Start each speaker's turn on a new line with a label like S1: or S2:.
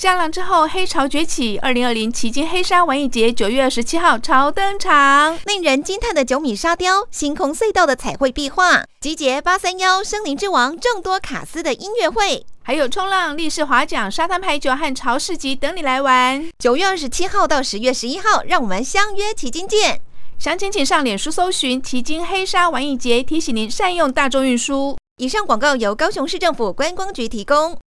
S1: 夏朗之后，黑潮崛起。二零二零旗津黑沙文艺节九月二十七号潮登场。
S2: 令人惊叹的九米沙雕、星空隧道的彩绘壁画，集结八三幺森林之王众多卡司的音乐会。
S1: 还有冲浪、立式划桨、沙滩排球和潮市集等你来玩。
S2: 九月二十七号到十月十一号，让我们相约旗津见。
S1: 详情请上脸书搜寻“旗津黑沙玩艺节”，提醒您善用大众运输。
S2: 以上广告由高雄市政府观光局提供。